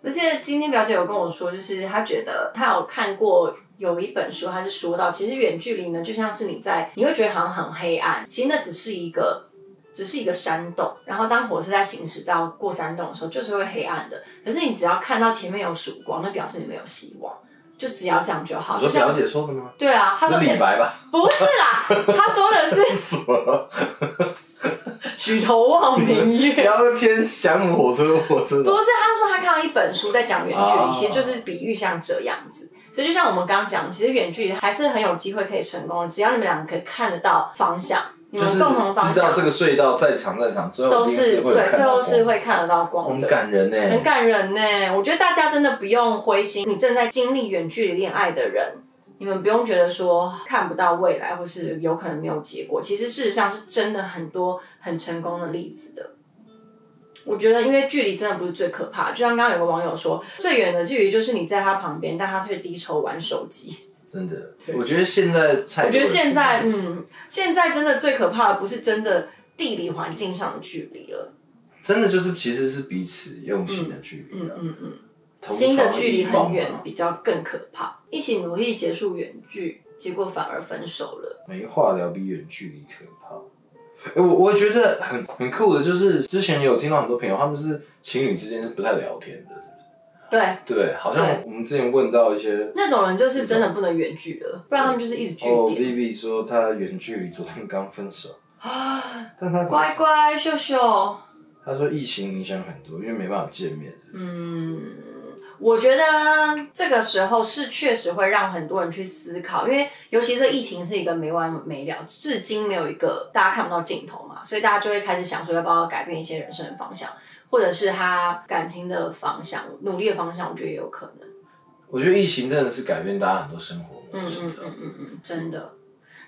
Speaker 1: 而且今天表姐有跟我说，就是她觉得她有看过有一本书，她是说到，其实远距离呢，就像是你在，你会觉得好像很黑暗，其实那只是一个。只是一个山洞，然后当火车在行驶到过山洞的时候，就是会黑暗的。可是你只要看到前面有曙光，那表示你们有希望，就只要这样就啊好。
Speaker 3: 你说
Speaker 1: 就像
Speaker 3: 表姐说的吗？
Speaker 1: 对啊，她说
Speaker 3: 是李白
Speaker 1: *laughs*
Speaker 3: 吧？
Speaker 1: 不是啦，她说的是
Speaker 3: *laughs*
Speaker 1: *laughs*
Speaker 3: 什么？
Speaker 1: 举头望明月，
Speaker 3: 聊天想火车，火车
Speaker 1: 不是，他说他看到一本书在讲远距离，
Speaker 3: 哦
Speaker 1: 其实就是比喻像这样子。所以就像我们刚刚讲，其实远距离还是很有机会可以成功的，只要你们两个可以看得到方向，你
Speaker 3: 就是
Speaker 1: 们啊共同的方
Speaker 3: 知道
Speaker 1: 向
Speaker 3: 这个隧道再长再长，最后
Speaker 1: 都
Speaker 3: 一定是
Speaker 1: 是
Speaker 3: 会有
Speaker 1: 对，
Speaker 3: 看
Speaker 1: 最
Speaker 3: 到
Speaker 1: 后是
Speaker 3: 光
Speaker 1: 会看得到光
Speaker 3: 很
Speaker 1: 的。
Speaker 3: 感人欸呢。
Speaker 1: 很感人呢、我觉得大家真的不用灰心，你正在经历远距离恋爱的人，你们不用觉得说看不到未来，或是有可能没有结果。其实事实上是真的很多很成功的例子的。我觉得，因为距离真的不是最可怕，就像刚刚有个网友说，最远的距离就是你在他旁边，但他却低头玩手机。
Speaker 3: 真的，我觉得现在菜多
Speaker 1: 我
Speaker 3: 了，
Speaker 1: 觉得现在，嗯，现在真的最可怕的不是真的地理环境上的距离了，
Speaker 3: 真的就是其实是彼此用心的距离啊，
Speaker 1: 嗯嗯。
Speaker 3: 同
Speaker 1: 新的
Speaker 3: 床
Speaker 1: 距离
Speaker 3: 异梦啊
Speaker 1: 很远，比较更可怕。一起努力结束远距，结果反而分手了。
Speaker 3: 没话聊比远距离可怕。哎、我我觉得很很酷的，就是之前有听到很多朋友，他们是情侣之间是不太聊天的，
Speaker 1: 对，
Speaker 3: 对不对？好像
Speaker 1: 对
Speaker 3: 我们之前问到一些，
Speaker 1: 那种人就是真的不能远距了，不然他们就是一直聚
Speaker 3: 哦
Speaker 1: 点。
Speaker 3: ，Vivi 说她远距离昨天刚分手，但她
Speaker 1: 啊乖乖，秀秀，
Speaker 3: 她说疫情影响很多，因为没办法见面，
Speaker 1: 嗯我觉得这个时候是确实会让很多人去思考，因为尤其这疫情是一个没完没了，至今没有一个大家看不到尽头嘛，所以大家就会开始想说要不要改变一些人生的方向，或者是他感情的方向、努力的方向，我觉得也有可能。
Speaker 3: 我觉得疫情真的是改变大家很多生活模式、啊
Speaker 1: 嗯嗯嗯嗯嗯，真的，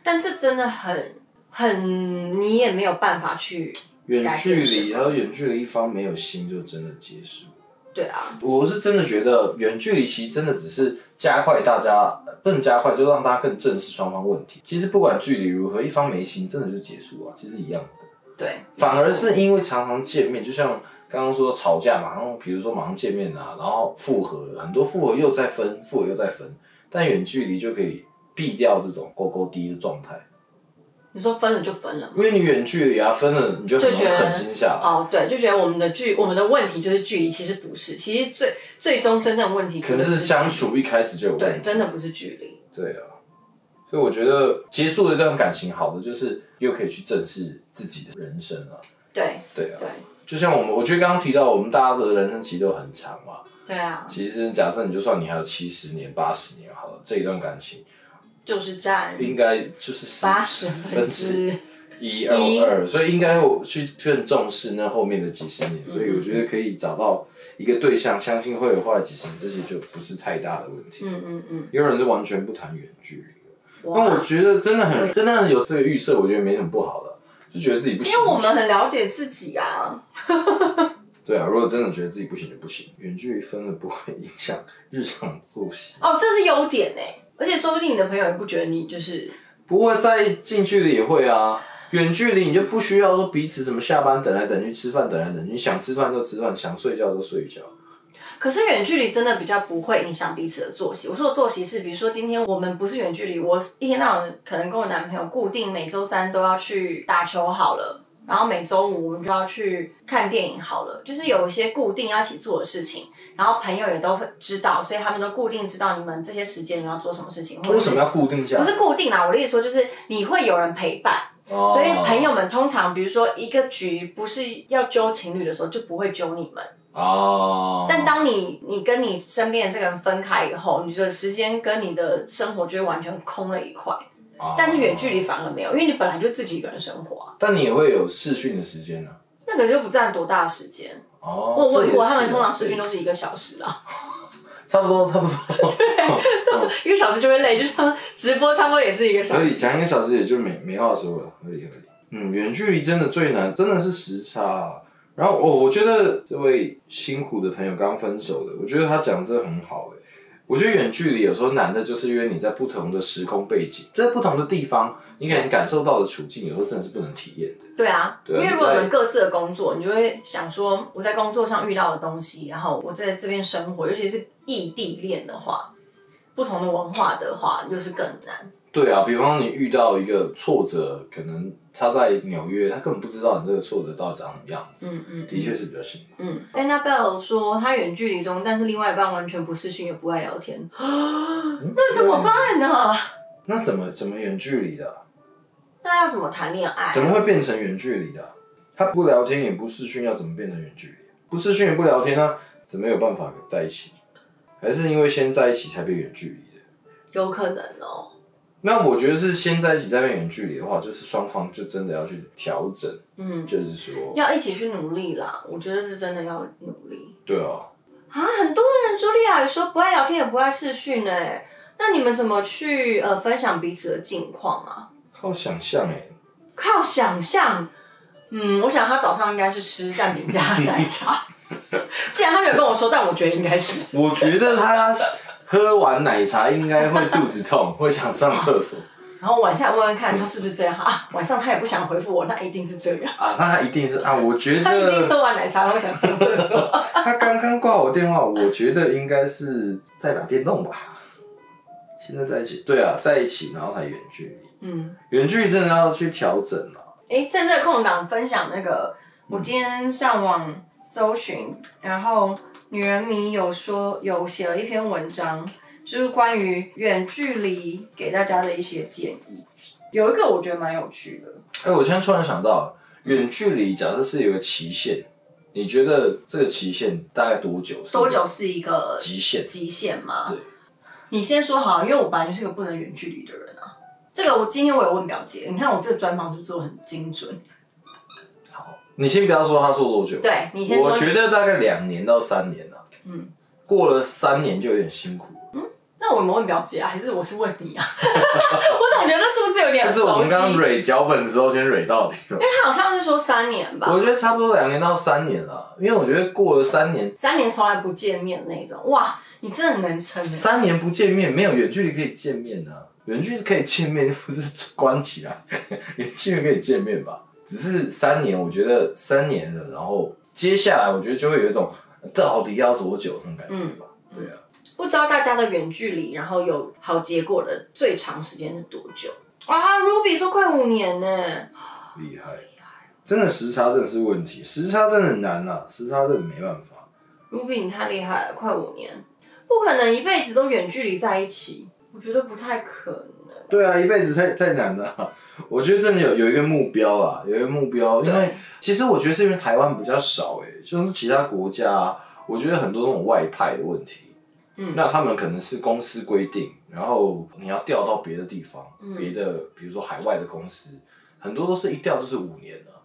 Speaker 1: 但这真的很很，你也没有办法去
Speaker 3: 远距
Speaker 1: 改变什
Speaker 3: 离，
Speaker 1: 么
Speaker 3: 还有远距离一方没有心，就真的结束。
Speaker 1: 对啊，
Speaker 3: 我是真的觉得远距离其实真的只是加快大家，呃不能加快，就让大家更正视双方问题。其实不管距离如何，一方没心，真的就结束啊，其实一样的。
Speaker 1: 对，
Speaker 3: 反而是因为常常见面，就像刚刚说吵架嘛，然后比如说马上见面啊，然后复合了，很多复合又再分，复合又再分，但远距离就可以避掉这种勾勾滴的状态，
Speaker 1: 你说分了就分了嘛。
Speaker 3: 因为你远距离啊，分了你就很
Speaker 1: 就觉得
Speaker 3: 狠心下来。
Speaker 1: 哦，对，就觉得我们的距，我们的问题就是距离，其实不是，其实最最终真正问题
Speaker 3: 可能是相，处一开始就有问
Speaker 1: 对，
Speaker 3: 题，
Speaker 1: 真的不是距离，
Speaker 3: 对啊，所以我觉得结束了这段感情，好的就是又可以去正视自己的人生啊，
Speaker 1: 对
Speaker 3: 对啊，
Speaker 1: 对
Speaker 3: 就像我们，我觉得刚刚提到，我们大家的人生其实都很长嘛，
Speaker 1: 对啊，
Speaker 3: 其实假设你就算你还有七十年、八十年好了，这一段感情
Speaker 1: 就是占
Speaker 3: 应该就是十
Speaker 1: 八十分之
Speaker 3: 一二二，所以应该我去更重视那后面的几十
Speaker 1: 嗯
Speaker 3: 年。所以我觉得可以找到一个对象，相信会有后来几十年，这些就不是太大的问题。
Speaker 1: 嗯嗯嗯，
Speaker 3: 有人是完全不谈远距离的，
Speaker 1: 哇
Speaker 3: 但我觉得真的很真的有这个预设，我觉得没什么不好的，就觉得自己不行。
Speaker 1: 因为我们很了解自己啊，
Speaker 3: 对啊，如果真的觉得自己不行就不行，远距离分了不会影响日常作息。
Speaker 1: 哦，这是优点呢、而且说不定你的朋友也不觉得你就是
Speaker 3: 不过在近距离也会啊，远距离你就不需要说彼此什么下班等来等去，吃饭等来等去，想吃饭就吃饭，想睡觉就睡觉。
Speaker 1: 可是远距离真的比较不会影响彼此的作息。我说的作息是，比如说今天我们不是远距离，我一天到晚可能跟我男朋友固定每周三都要去打球好了，然后每周五我们就要去看电影好了，就是有一些固定要一起做的事情，然后朋友也都会知道，所以他们都固定知道你们这些时间你们要做什么事情，或
Speaker 3: 为
Speaker 1: 者
Speaker 3: 什
Speaker 1: 是
Speaker 3: 么要固定下
Speaker 1: 不
Speaker 3: 来？
Speaker 1: 是固定啦，啊我的意思说就是你会有人陪伴。
Speaker 3: 哦
Speaker 1: 所以朋友们通常，比如说一个局不是要揪情侣的时候，就不会揪你们。
Speaker 3: 哦，
Speaker 1: 但当你你跟你身边的这个人分开以后，你的时间跟你的生活就会完全空了一块。
Speaker 3: 哦
Speaker 1: 但是远距，离反而没有，因为你本来就自己一个人生活、啊，
Speaker 3: 但你也会有视讯的时间呢、
Speaker 1: 那个就不占多大的时间。
Speaker 3: 啊。哦，
Speaker 1: 我问过，
Speaker 3: 这也是
Speaker 1: 他们通常视讯都
Speaker 3: 对
Speaker 1: 是一个小时啊啦，
Speaker 3: 差不多，差不多。
Speaker 1: *laughs* 一个小时就会累，就是他们直播差不多也是一个小
Speaker 3: 所以
Speaker 1: 时。
Speaker 3: 讲一个小时也就没没话说了，合理合理。嗯，远距离真的最难，真的是时差啊、然后哦，我觉得这位辛苦的朋友刚分手的，我觉得他讲得这很好哎、我觉得远距离有时候难的就是因为你在不同的时空背景，在不同的地方，你可能感受到的处境有时候真的是不能体验的。
Speaker 1: 对啊，
Speaker 3: 对啊
Speaker 1: 因为如果
Speaker 3: 你
Speaker 1: 我
Speaker 3: 在
Speaker 1: 们各自的工作，你就会想说，我在工作上遇到的东西，然后我在这边生活，尤其是异地恋的话，不同的文化的话，又是更难。
Speaker 3: 对啊，比方你遇到一个挫折，可能他在纽约，他根本不知道你这个挫折到底长什么样子，
Speaker 1: 嗯嗯，
Speaker 3: 的确是比较辛苦。
Speaker 1: 嗯，Annabelle 说她远距离中，但是另外一半完全不视讯，也不爱聊天，那怎么办呢？
Speaker 3: 嗯啊那怎么怎么远距离的啊、
Speaker 1: 那要怎么谈恋爱？
Speaker 3: 怎么会变成远距离的啊、他不聊天也不视讯，要怎么变成远距离？不视讯也不聊天呢、怎么有办法在一起？还是因为先在一起才变远距离的？
Speaker 1: 有可能哦、
Speaker 3: 那我觉得是先在一起再变远距离的话，就是双方就真的要去调整，
Speaker 1: 嗯，
Speaker 3: 就是说，
Speaker 1: 要一起去努力啦。我觉得是真的要努力
Speaker 3: 对哦，
Speaker 1: 啊！很多人茱莉亚也说不爱聊天，也不爱视讯哎、那你们怎么去呃分享彼此的近况啊？
Speaker 3: 靠想象哎、
Speaker 1: 靠想象。嗯，我想他早上应该是吃蛋饼加奶
Speaker 3: *laughs*
Speaker 1: 茶。既然他没有跟我说，但我觉得应该是。
Speaker 3: 我觉得他喝完奶茶应该会肚子痛，会想上厕所
Speaker 1: 然后晚上问问看他是不是这样啊？晚上他也不想回复我，那一定是这样。
Speaker 3: 啊，那他一定是啊，我觉
Speaker 1: 他一定
Speaker 3: 得
Speaker 1: 喝完奶茶然后想上厕所。
Speaker 3: 他刚刚挂我电话，我觉得应该是在打电动吧。现在在一起，对啊，在一起，然后才远距离。
Speaker 1: *laughs* 嗯，
Speaker 3: 远距离真的要去调整啊了。
Speaker 1: 哎，趁这个空档分享那个，我今天上网搜寻，然后女人迷有说有写了一篇文章，就是关于远距离给大家的一些建议。有一个我觉得蛮有趣的，
Speaker 3: 哎、我现在突然想到，远距离假设是有个期限，你觉得这个期限大概多久？
Speaker 1: 多久？是一个
Speaker 3: 极限？
Speaker 1: 极限吗？
Speaker 3: 对。
Speaker 1: 你先说好，因为我本来就是个不能远距离的人啊。这个我今天我有问表姐，你看我这个专访就做得很精准。
Speaker 3: 好，你先不要说他说多久，
Speaker 1: 对你先说，
Speaker 3: 我觉得大概两年到三年啊。
Speaker 1: 嗯，
Speaker 3: 过了三年就有点辛苦了。
Speaker 1: *laughs* 那我有没有问表姐啊？还是我是问你啊？我总觉得这数字有点
Speaker 3: 这是我
Speaker 1: 熟
Speaker 3: 们们刚刚蕊脚本的时候先蕊
Speaker 1: *laughs*
Speaker 3: 到底了。
Speaker 1: 他好像是说三年吧
Speaker 3: 我，觉得差不多两年到三年了，因为我觉得过了三年，
Speaker 1: 三年从来不见面那种。哇，你真的很能撑欸
Speaker 3: 三年不见面，没有远距离可以见面呢、啊。远距离可以见面，不是关起来，远距离可以见面吧？只是三年，我觉得三年了，然后接下来我觉得就会有一种到底要多久那种感觉吧。对啊，
Speaker 1: 不知道大家的远距离，然后有好结果的最长时间是多久？啊，Ruby 说快五年呢，
Speaker 3: 嗯厉害，真的时差真的是问题，时差真的很难啊，时差真的没办法。
Speaker 1: Ruby 你太厉害了，快五年，不可能一辈子都远距离在一起，我觉得不太可能。
Speaker 3: 对啊，一辈子太太难了啊、我觉得真的有有一个目标啦，有一个目标，因为
Speaker 1: 对
Speaker 3: 其实我觉得是因为台湾比较少诶、像是其他国家啊，我觉得很多那种外派的问题，
Speaker 1: 嗯
Speaker 3: 那他们可能是公司规定，然后你要调到别的地方，别的比如说海外的公司，很多都是一调就是五年 *sighs* 啊。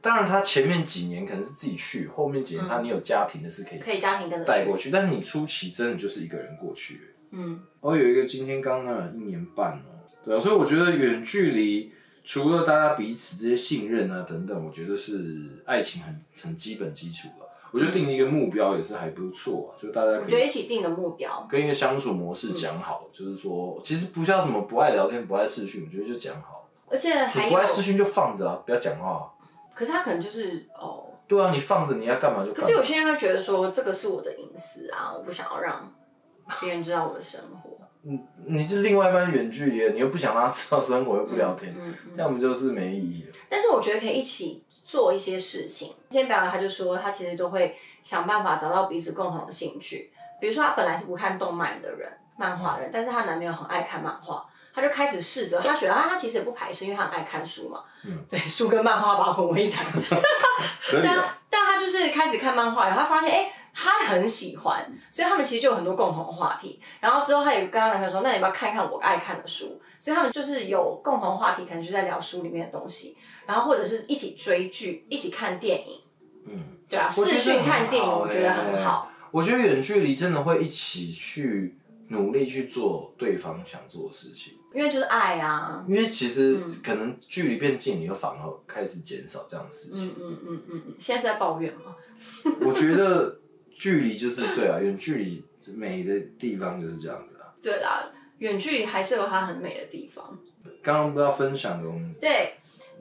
Speaker 3: 当然，他前面几年可能是自己去，后面几年他你有家庭的是嗯可以
Speaker 1: 可以家庭跟着
Speaker 3: 带过
Speaker 1: 去，
Speaker 3: 去，但是你初期真的就是一个人过去、
Speaker 1: 嗯，
Speaker 3: 我哦有一个今天刚那一年半哦，对啊，所以我觉得远距离除了大家彼此这些信任啊等等，我觉得是爱情很很基本基础了。我觉得定一个目标也是还不错啊，就大家
Speaker 1: 我
Speaker 3: 可
Speaker 1: 觉得
Speaker 3: 以
Speaker 1: 一起定个目标，
Speaker 3: 跟一个相处模式讲好，就是说其实不叫什么不爱聊天、不爱视讯，我觉得就讲好。
Speaker 1: 而且还
Speaker 3: 你不
Speaker 1: 有
Speaker 3: 爱，视讯就放着啊，不要讲话啊、
Speaker 1: 可是他可能就是哦。
Speaker 3: 对啊，你放着你要干嘛就
Speaker 1: 可
Speaker 3: 干
Speaker 1: 是有
Speaker 3: 嘛。
Speaker 1: 些人会觉得说，这个是我的隐私啊，我不想要让别人知道我的生活。
Speaker 3: 你这另外一半远距离了，你又不想让他知道生活，又不聊天，
Speaker 1: 嗯，
Speaker 3: 要么就是没意义了。
Speaker 1: 但是我觉得可以一起做一些事情。今天表演他就说，他其实都会想办法找到彼此共同的兴趣。比如说，他本来是不看动漫的人，漫画人，但是她男朋友很爱看漫画，她就开始试着，她觉得啊，她其实也不排斥，因为她很爱看书嘛。
Speaker 3: 嗯
Speaker 1: 对，书跟漫画吧混为一谈。
Speaker 3: 可以
Speaker 1: 但
Speaker 3: 啊，
Speaker 1: 但他就是开始看漫画，然后他发现，哎、他很喜欢，所以他们其实就有很多共同的话题。然后之后，他也跟他男朋友说，那你要不要看一看我爱看的书？所以他们就是有共同话题，可能就在聊书里面的东西，然后或者是一起追剧，一起看电影，
Speaker 3: 嗯。
Speaker 1: 对啊，
Speaker 3: 我觉
Speaker 1: 视
Speaker 3: 得
Speaker 1: 讯
Speaker 3: 很
Speaker 1: 看电影，
Speaker 3: 好
Speaker 1: 我觉得很
Speaker 3: 欸
Speaker 1: 好。。
Speaker 3: 我觉得远距离真的会一起去努力去做对方想做的事情，
Speaker 1: 因为就是爱啊，
Speaker 3: 因为其实
Speaker 1: 嗯
Speaker 3: 可能距离变近，你又反而开始减少这样的事情。
Speaker 1: 嗯嗯嗯嗯，嗯现在是在抱怨吗？嗯
Speaker 3: 我觉得距离就是对啊，远距离美的地方就是这样子啊。
Speaker 1: 对啦，远距离还是有它很美的地方。
Speaker 3: 刚刚不知道分享的我们
Speaker 1: 对，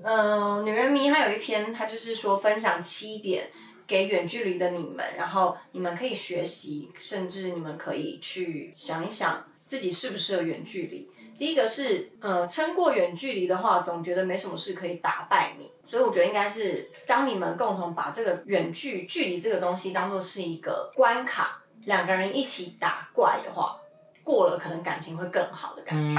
Speaker 1: 嗯、女人迷她有一篇，她就是说分享七点给远距离的你们，然后你们可以学习，甚至你们可以去想一想自己适不适合远距离。第一个是，呃，撑过远距离的话，总觉得没什么事可以打败你，所以我觉得应该是，当你们共同把这个远距距离这个东西当做是一个关卡，两个人一起打怪的话，过了可能感情会更好的感觉。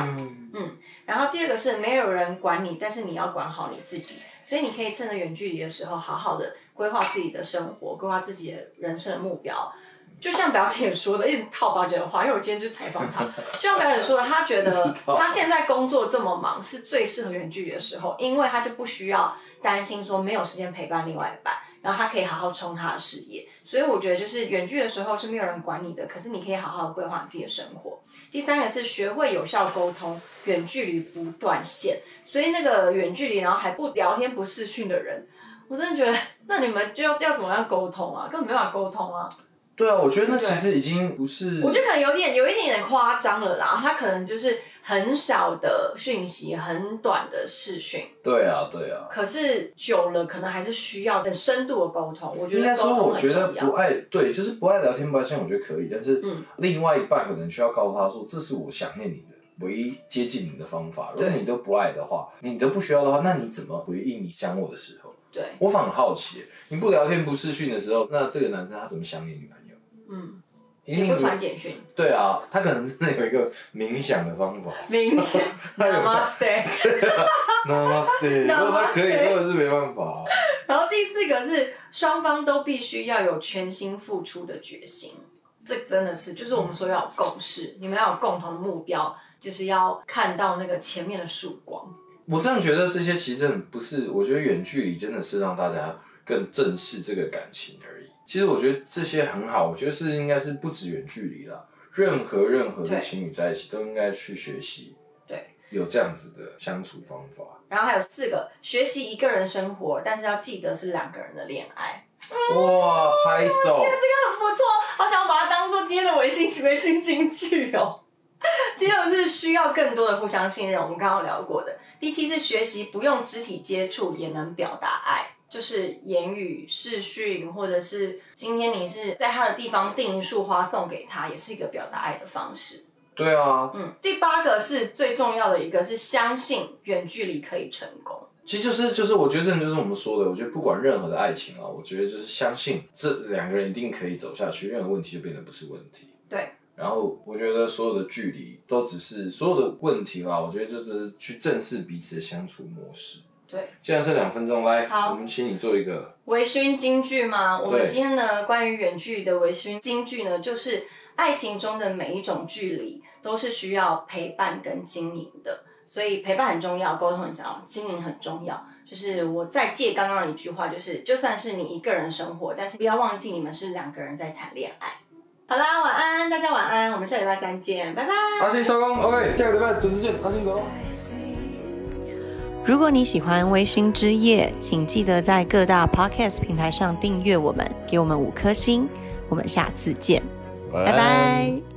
Speaker 3: 嗯，
Speaker 1: 然后第二个是没有人管你，但是你要管好你自己，所以你可以趁着远距离的时候，好好的规划自己的生活，规划自己的人生的目标。就像表姐说的，一直套表姐的话，因为我今天就采访她，就像表姐说的，她觉得她现在工作这么忙，是最适合远距离的时候，因为她就不需要担心说没有时间陪伴另外一半，然后她可以好好冲她的事业。所以我觉得，就是远距的时候是没有人管你的，可是你可以好好地规划自己的生活。第三个是学会有效沟通，远距离不断线。所以那个远距离，然后还不聊天、不视讯的人，我真的觉得，那你们就要要怎么样沟通啊？根 *laughs* 本没办法沟通啊！
Speaker 3: 对啊，我觉得那
Speaker 1: 对
Speaker 3: 其实已经不是，
Speaker 1: 我觉得可能有点有一点点夸张了啦，他可能就是很少的讯息，很短的视讯，
Speaker 3: 对啊，对啊。
Speaker 1: 可是久了可能还是需要很深度的沟通。我觉
Speaker 3: 应
Speaker 1: 得
Speaker 3: 该
Speaker 1: 沟
Speaker 3: 说，
Speaker 1: 通
Speaker 3: 我
Speaker 1: 很
Speaker 3: 觉得
Speaker 1: 重
Speaker 3: 不
Speaker 1: 要。
Speaker 3: 爱对，就是不爱聊天、不爱相处，我觉得可以。但是
Speaker 1: 嗯
Speaker 3: 另外一半可能需要告诉他说，这是我想念你的唯一接近你的方法。如果
Speaker 1: 对
Speaker 3: 你都不爱的话，你都不需要的话，那你怎么回应你想我的时候？
Speaker 1: 对，
Speaker 3: 我反而好奇，你不聊天、不视讯的时候，那这个男生他怎么想你女朋友？ *laughs*
Speaker 1: 嗯，
Speaker 3: 一
Speaker 1: 也
Speaker 3: 定
Speaker 1: 不传简讯，
Speaker 3: 对啊，他可能真的有一个冥想的
Speaker 1: *laughs*
Speaker 3: 方法。
Speaker 1: 明显 Namaste。
Speaker 3: Namaste，如果他可以，那我是没办法啊。
Speaker 1: 然后第四个是双方都必须要有全心付出的决心，这真的是就是我们说要有共识，你们要有共同的目标，就是要看到那个前面的曙光。
Speaker 3: 我真的觉得这些其实真的不是，我觉得远距离真的是让大家更正视这个感情而已。其实我觉得这些很好，我觉得是应该是不止远距离啦，任何任何的
Speaker 1: 对
Speaker 3: 情侣在一起都应该去学习。
Speaker 1: 对，
Speaker 3: 有这样子的相处方法。
Speaker 1: 然后还有四个，学习一个人生活，但是要记得是两个人的恋爱，
Speaker 3: 哇，拍手！
Speaker 1: 这个很不错，好想要把它当做今天的微信微醺金句哦。 *laughs* 第六是需要更多的互相信任，我们刚刚聊过的。第七是学习不用肢体接触也能表达爱，就是言语、视讯，或者是今天你是在他的地方订一束花送给他，也是一个表达爱的方式。
Speaker 3: 对啊，
Speaker 1: 嗯，第八个是最重要的一个，是相信远距离可以成功。
Speaker 3: 其实就是就是，我觉得这就是我们说的，我觉得不管任何的爱情啊，我觉得就是相信这两个人一定可以走下去，任何问题就变得不是问题。
Speaker 1: 对，
Speaker 3: 然后我觉得所有的距离都只是所有的问题啊啦，我觉得就只是去正视彼此的相处模式。
Speaker 1: 对，
Speaker 3: 既然剩两分钟，来，
Speaker 1: 好
Speaker 3: 我们请你做一个
Speaker 1: 微醺金句吗？我们
Speaker 3: 对
Speaker 1: 今天呢，关于远距离的微醺金句呢，就是爱情中的每一种距离都是需要陪伴跟经营的，所以陪伴很重要，沟通很重要，经营很重要。就是我再借刚刚的一句话，就是就算是你一个人生活，但是不要忘记你们是两个人在谈恋爱。好啦，晚安，大家晚安，我们下礼拜三见，拜拜。
Speaker 3: 阿信收工，OK，下个礼拜准时见，阿信走咯。
Speaker 4: 如果你喜欢微醺之夜，请记得在各大 podcast 平台上订阅我们，给我们五颗星。我们下次见，拜拜